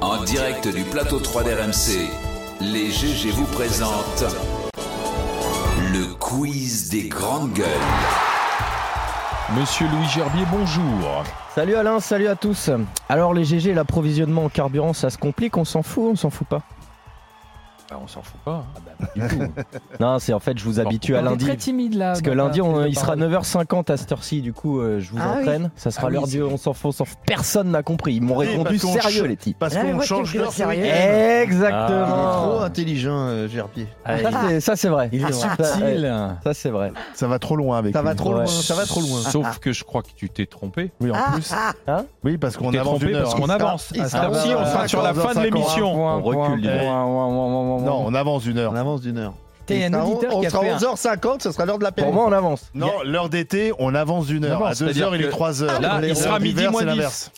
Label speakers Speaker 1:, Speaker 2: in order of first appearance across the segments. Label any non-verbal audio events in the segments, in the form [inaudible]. Speaker 1: En direct du plateau 3 d'RMC, les GG vous présentent le quiz des grandes gueules.
Speaker 2: Monsieur Louis Gerbier, bonjour.
Speaker 3: Salut Alain, salut à tous. Alors les GG, l'approvisionnement en carburant, ça se complique, on s'en fout, on s'en fout pas.
Speaker 2: Bah, on s'en fout pas. hein.
Speaker 3: Non, c'est en fait, je vous habitue à
Speaker 4: T'es
Speaker 3: lundi.
Speaker 4: très timide là.
Speaker 3: Parce que
Speaker 4: dans ta
Speaker 3: lundi, on-
Speaker 4: prise de
Speaker 3: il sera
Speaker 4: parole.
Speaker 3: 9h50 à cette heure-ci, du coup, euh, je vous
Speaker 4: Ah oui.
Speaker 3: entraîne. Ça
Speaker 2: Ah
Speaker 3: sera
Speaker 2: oui,
Speaker 3: l'heure
Speaker 2: c'est-
Speaker 3: du on s'en fout, on s'en fout. Personne n'a compris. Ils m'ont
Speaker 5: Oui,
Speaker 3: répondu
Speaker 5: parce qu'on
Speaker 3: sérieux,
Speaker 5: ch-
Speaker 3: les types.
Speaker 5: Parce
Speaker 4: Ah, mais
Speaker 5: qu'on
Speaker 4: moi, je
Speaker 5: change
Speaker 4: trouve que
Speaker 5: l'heure.
Speaker 4: sérieux.
Speaker 5: tous les week-ends. Il est
Speaker 3: Exactement.
Speaker 4: Oh.
Speaker 5: trop intelligent, euh, Gerpier.
Speaker 3: Ça, c'est- Ça, c'est vrai.
Speaker 5: Il est
Speaker 3: Ça,
Speaker 4: Ah,
Speaker 3: ouais, Ça, c'est vrai.
Speaker 5: Eh, Ça va trop loin avec
Speaker 3: Ça
Speaker 5: lui.
Speaker 3: va trop
Speaker 5: Ouais.
Speaker 3: loin,
Speaker 5: Ça va trop loin.
Speaker 4: Ah.
Speaker 2: Sauf que je crois que tu t'es trompé.
Speaker 5: Oui,
Speaker 6: Ah,
Speaker 5: en plus.
Speaker 3: Hein
Speaker 5: oui, parce qu'on
Speaker 2: t'es
Speaker 5: avance
Speaker 2: trompé
Speaker 5: d'une heure.
Speaker 2: parce qu'on
Speaker 5: Ah,
Speaker 2: avance.
Speaker 5: il
Speaker 2: Ah,
Speaker 5: sera-
Speaker 2: si, on
Speaker 5: ah,
Speaker 2: sera sur la fin de
Speaker 5: 14h50.
Speaker 2: l'émission.
Speaker 3: On recule, dis donc.
Speaker 4: Euh,
Speaker 5: Non, on avance d'une heure.
Speaker 7: On avance d'une heure.
Speaker 4: T'es un
Speaker 5: On sera-
Speaker 4: auditeur
Speaker 5: on
Speaker 4: qui a
Speaker 5: sera
Speaker 4: fait un-
Speaker 5: 11h50, ce sera l'heure de la
Speaker 3: Pour
Speaker 5: paix.
Speaker 3: moi, on avance.
Speaker 5: Non, l'heure d'été, on avance d'une
Speaker 2: Non,
Speaker 5: heure. À
Speaker 2: c'est-à-dire
Speaker 5: 2h, il
Speaker 2: que-
Speaker 5: est 3h.
Speaker 2: Là, il sera midi moins 10.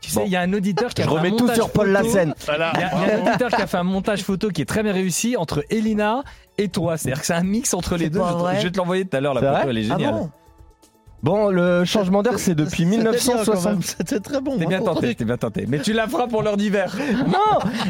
Speaker 4: Tu sais, il y a un auditeur qui a
Speaker 3: Je
Speaker 4: fait un
Speaker 3: remets tout
Speaker 4: montage
Speaker 3: sur Paul
Speaker 4: photo.
Speaker 3: Lassen.
Speaker 5: Voilà.
Speaker 4: Il y a il y a un auditeur qui a fait un montage photo qui est très bien réussi entre Elina et toi. C'est-à-dire que c'est un mix entre les deux.
Speaker 7: pas
Speaker 4: Je te-
Speaker 7: vrai.
Speaker 4: Je vais te l'envoyer tout à l'heure, la
Speaker 3: C'est
Speaker 4: photo,
Speaker 3: vrai
Speaker 4: elle est
Speaker 7: Ah
Speaker 4: géniale.
Speaker 7: bon
Speaker 3: Bon, le changement d'heure, c'est depuis
Speaker 7: C'était bien quand
Speaker 3: 1960.
Speaker 7: même, C'était très bon.
Speaker 4: T'es bien
Speaker 7: hein.
Speaker 4: tenté, t'es bien tenté. Mais tu la feras pour l'heure d'hiver.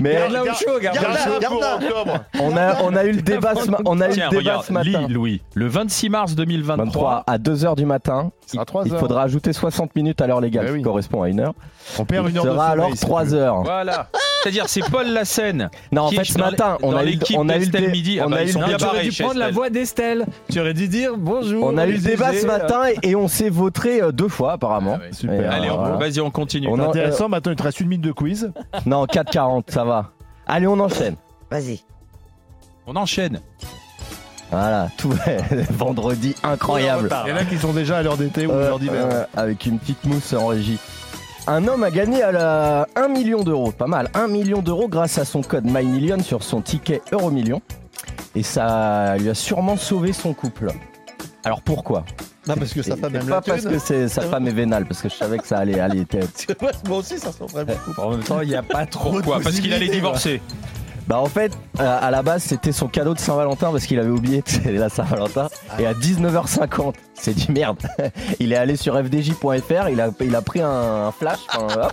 Speaker 3: Mais
Speaker 4: Garde-la au chaud, garde-la.
Speaker 5: Garde-la
Speaker 7: Garde-la,
Speaker 5: Eh, pour
Speaker 7: garde-la.
Speaker 5: octobre.
Speaker 3: on a, on a eu le débat ce, ma- on a eu
Speaker 2: Tiens,
Speaker 3: le débat
Speaker 2: regarde,
Speaker 3: ce matin.
Speaker 2: lis, Louis. Le 26 mars
Speaker 3: 23
Speaker 2: 2023,
Speaker 3: à 2h du matin.
Speaker 5: sera
Speaker 3: il-
Speaker 5: trois
Speaker 3: il
Speaker 5: heures.
Speaker 3: faudra ajouter 60 minutes à l'heure légale,
Speaker 5: Eh
Speaker 3: ce qui
Speaker 5: oui.
Speaker 3: correspond à une heure.
Speaker 5: On perd
Speaker 3: il
Speaker 5: une heure de
Speaker 3: sera alors
Speaker 5: sommeil, si tu veux.
Speaker 3: 3 heures.
Speaker 2: Voilà. C'est-à-dire, c'est Paul Lassène.
Speaker 3: Non, en
Speaker 2: Qui
Speaker 3: fait,
Speaker 2: est
Speaker 3: ce
Speaker 2: dans
Speaker 3: matin,
Speaker 2: les-
Speaker 3: on
Speaker 2: dans
Speaker 3: a eu,
Speaker 2: l'équipe
Speaker 3: on a eu le,
Speaker 2: d'Estelle
Speaker 3: dé-
Speaker 2: Midi. Ah
Speaker 3: on
Speaker 2: bah,
Speaker 3: a
Speaker 2: ils
Speaker 3: eu
Speaker 2: sont
Speaker 3: le-
Speaker 4: Non,
Speaker 2: bien
Speaker 4: tu aurais
Speaker 2: barrés
Speaker 4: dû
Speaker 2: chez
Speaker 4: prendre la
Speaker 2: Estelle.
Speaker 4: voix d'Estelle. Tu aurais dû dire bonjour.
Speaker 3: on a eu
Speaker 4: les
Speaker 3: le débat
Speaker 4: GG,
Speaker 3: ce
Speaker 4: euh,
Speaker 3: matin et on s'est voté euh, deux fois apparemment.
Speaker 5: Ah Super.
Speaker 3: Et, euh,
Speaker 2: Allez, on-
Speaker 3: voilà.
Speaker 2: vas-y, on continue.
Speaker 3: On
Speaker 5: C'est
Speaker 3: en-
Speaker 5: Intéressant, maintenant, il te reste une minute de quiz.
Speaker 3: Non, 4,40, ça va. Allez, on enchaîne.
Speaker 7: Vas-y.
Speaker 2: On enchaîne.
Speaker 3: Voilà, tout [laughs] vendredi incroyable.
Speaker 5: Il y en a qui sont déjà à l'heure d'été ou à
Speaker 3: Euh,
Speaker 5: l'heure d'hiver.
Speaker 3: euh, avec une petite mousse en régie. Un homme a gagné à la 1 million d'euros, pas mal, 1 million d'euros grâce à son code MyMillion sur son ticket Euromillion. Et ça lui a sûrement sauvé son couple. Alors pourquoi
Speaker 7: Non, parce que sa
Speaker 3: Et-
Speaker 7: femme
Speaker 3: et
Speaker 7: aime
Speaker 3: Pas
Speaker 7: la
Speaker 3: parce que
Speaker 7: thune.
Speaker 3: c'est, sa femme est vénale, parce que je savais que ça allait aller.
Speaker 7: [laughs] Moi aussi, ça ressemble vraiment beaucoup.
Speaker 2: En même temps, il n'y a pas trop. Pourquoi
Speaker 7: de
Speaker 2: Parce qu'il allait
Speaker 7: possibilités,
Speaker 2: divorcer.
Speaker 3: Bah en fait, euh, à la base, c'était son cadeau de Saint-Valentin parce qu'il avait oublié que c'était la Saint-Valentin.
Speaker 5: Ah.
Speaker 3: Et à 19h50, c'est dit merde. [laughs] Il est allé sur fdj.fr, il a, il a pris un, un flash. enfin, hop.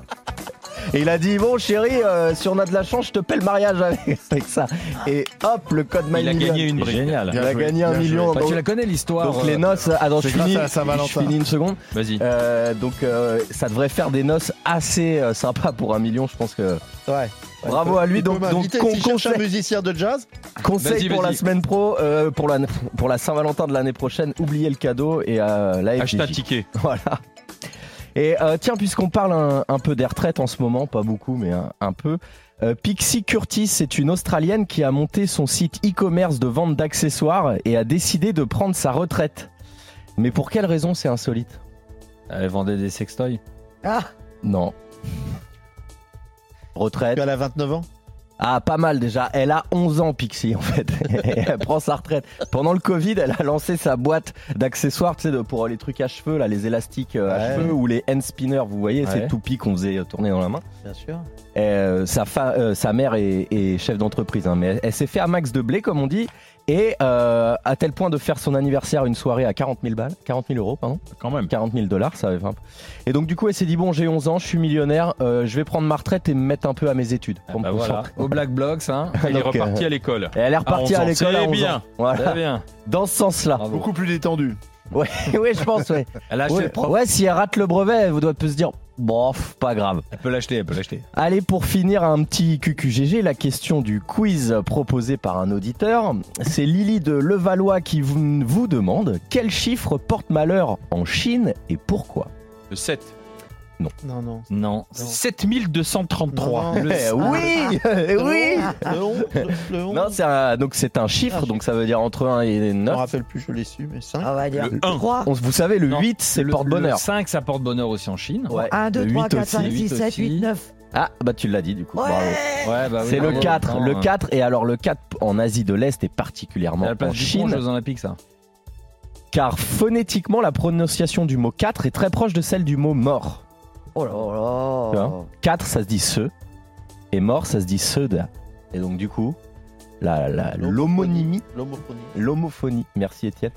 Speaker 3: Et il a dit bon chérie, euh, si on a de la chance, je te paie le mariage avec, [laughs] avec ça. Et hop, le code
Speaker 2: Il a
Speaker 3: MyMillion.
Speaker 2: gagné une brique.
Speaker 3: Il
Speaker 5: Bien
Speaker 3: a
Speaker 5: joué,
Speaker 3: gagné un
Speaker 5: bien
Speaker 3: million.
Speaker 5: joué.
Speaker 4: Bah, tu
Speaker 3: Donc,
Speaker 4: la connais l'histoire.
Speaker 3: donc les noces. Attends, je
Speaker 5: euh, C'est grâce
Speaker 3: finis.
Speaker 5: à la Saint-Valentin.
Speaker 3: Je finis une seconde.
Speaker 2: Vas-y.
Speaker 3: Euh, donc euh, ça devrait faire des noces assez euh, sympas pour un million. Je pense que
Speaker 7: Ouais.
Speaker 3: bravo à lui.
Speaker 7: Il peut
Speaker 3: Donc, donc
Speaker 7: m'inviter,
Speaker 3: con-
Speaker 7: s'il cherche un
Speaker 3: conseil-
Speaker 7: musicien de jazz.
Speaker 3: Conseil
Speaker 2: Vas-y,
Speaker 3: pour
Speaker 2: vas-y.
Speaker 3: la semaine pro, euh, pour la, pour la Saint-Valentin de l'année prochaine, oubliez le cadeau et euh, la
Speaker 2: Achète un
Speaker 3: FDJ.
Speaker 2: ticket.
Speaker 3: [laughs] Voilà. Et euh, tiens, puisqu'on parle un, un peu des retraites en ce moment, pas beaucoup, mais un, un peu. euh, Pixie Curtis, c'est une Australienne qui a monté son site e-commerce de vente d'accessoires et a décidé de prendre sa retraite. Mais pour quelle raison c'est insolite
Speaker 4: Elle vendait des sextoys.
Speaker 7: Ah,
Speaker 3: Non. Retraite.
Speaker 7: elle a 29 ans.
Speaker 3: Ah, pas mal déjà. Elle a 11 ans, Pixie, en fait. [laughs] elle prend sa retraite. Pendant le Covid, elle a lancé sa boîte d'accessoires, tu sais, de- pour euh, les trucs à cheveux, là, les élastiques euh, à
Speaker 7: Ouais.
Speaker 3: cheveux ou les hand spinners, vous voyez,
Speaker 4: Ouais.
Speaker 3: ces toupies qu'on faisait euh, tourner dans la main.
Speaker 7: Bien sûr.
Speaker 3: Et, euh, sa, fa- euh, sa mère est, est chef d'entreprise, hein, mais elle, elle s'est fait un max de blé, comme on dit, et euh, à tel point de faire son anniversaire une soirée à 40 000 balles, 40 000 euros, pardon.
Speaker 2: Quand même.
Speaker 3: 40 000 dollars, ça avait fait un peu. Et donc, du coup, elle s'est dit bon, j'ai 11 ans, je suis millionnaire, euh, je vais prendre ma retraite et me mettre un peu à mes études.
Speaker 4: Ah bah
Speaker 3: Pour me
Speaker 4: voilà. Au Black Blocks,
Speaker 3: [laughs]
Speaker 4: hein.
Speaker 2: Il est
Speaker 3: Donc, euh,
Speaker 2: reparti à l'école.
Speaker 3: et elle est repartie
Speaker 2: À 11
Speaker 3: à,
Speaker 2: ans.
Speaker 3: l'école
Speaker 2: C'est
Speaker 3: à 11
Speaker 2: bien.
Speaker 3: ans. Voilà.
Speaker 4: Très bien.
Speaker 3: Dans ce sens-là.
Speaker 4: Bravo.
Speaker 5: Beaucoup plus détendu.
Speaker 3: Ouais, [laughs] ouais, je pense, ouais.
Speaker 4: Elle
Speaker 2: Ah,
Speaker 4: a acheté
Speaker 3: Ouais,
Speaker 4: le propre.
Speaker 3: ouais, si elle rate le brevet, elle doit peut se dire bof, pas grave.
Speaker 4: Elle peut l'acheter, elle peut l'acheter.
Speaker 3: Allez, pour finir, un petit QQGG, la question du quiz proposé par un auditeur. C'est Lily de Levallois qui vous, vous demande quel chiffre porte malheur en Chine et pourquoi
Speaker 2: Le 7.
Speaker 7: Non, non.
Speaker 4: Non.
Speaker 2: 7233.
Speaker 7: Non, non.
Speaker 3: Eh Oui eh Oui
Speaker 6: Ah.
Speaker 7: Le 11, le 11.
Speaker 3: Non, c'est un- donc c'est un chiffre, donc ça veut dire entre 1 et
Speaker 7: je me
Speaker 3: 9.
Speaker 7: rappelle plus, je l'ai su, mais
Speaker 3: Ah,
Speaker 7: 5.
Speaker 6: On va dire
Speaker 2: Le un.
Speaker 6: 3,
Speaker 3: On- vous savez, le
Speaker 4: Non,
Speaker 3: 8, c'est
Speaker 4: Le-
Speaker 3: porte-bonheur.
Speaker 4: Le 5, ça porte bonheur aussi en Chine.
Speaker 3: Ouais,
Speaker 6: 1, 2,
Speaker 3: le
Speaker 6: 3,
Speaker 3: huit
Speaker 6: 4,
Speaker 3: aussi.
Speaker 6: 5, 6, 7, 8,
Speaker 4: aussi.
Speaker 6: 9.
Speaker 3: Ah, bah tu l'as dit du coup. Bravo.
Speaker 6: Ouais
Speaker 4: Ouais, bah oui,
Speaker 3: C'est le
Speaker 4: bravo.
Speaker 3: 4,
Speaker 4: Non,
Speaker 3: le
Speaker 4: hein.
Speaker 3: 4 et alors le 4 en Asie de l'Est et
Speaker 4: C'est
Speaker 3: particulièrement
Speaker 4: à la place
Speaker 3: en
Speaker 4: du con,
Speaker 3: Chine
Speaker 4: Jeux Olympiques, ça.
Speaker 3: car phonétiquement la prononciation du mot 4 est très proche de celle du mot mort.
Speaker 6: Oh là là
Speaker 3: 4 ça se dit ce et mort ça se dit ceux Et donc du coup la- la- l'homonymie,
Speaker 7: L'homophonie.
Speaker 3: euh, l'homophonie, merci Étienne,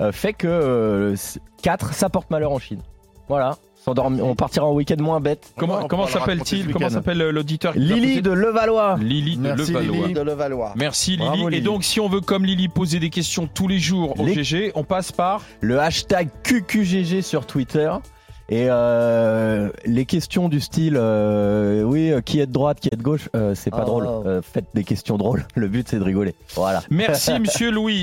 Speaker 3: euh, fait que 4 ça porte malheur en Chine. Voilà, s'endormir- on partira en week-end moins bête.
Speaker 5: On
Speaker 2: Comment, comment
Speaker 5: parlera pour
Speaker 2: s'appelle-t-il
Speaker 5: ce
Speaker 2: Comment
Speaker 5: week-end.
Speaker 2: s'appelle euh, l'auditeur qui nous a
Speaker 3: Lily
Speaker 2: posé-
Speaker 3: de Levallois.
Speaker 2: Lily de
Speaker 5: Merci,
Speaker 2: Levallois.
Speaker 5: Lily.
Speaker 7: de Levallois.
Speaker 2: Merci Lily.
Speaker 3: Bravo,
Speaker 2: Et
Speaker 3: Lily.
Speaker 2: donc, si on veut, comme Lily, poser des questions tous les jours au
Speaker 3: Les-
Speaker 2: GG, on passe par.
Speaker 3: le hashtag QQGG sur Twitter. Et euh, les questions du style, euh, oui, euh, qui est de droite, qui est de gauche, euh, c'est pas [laughs]
Speaker 6: Ah.
Speaker 3: drôle. Euh, faites des questions drôles. Le but, c'est de rigoler. Voilà. [laughs]
Speaker 2: Merci, monsieur Louis.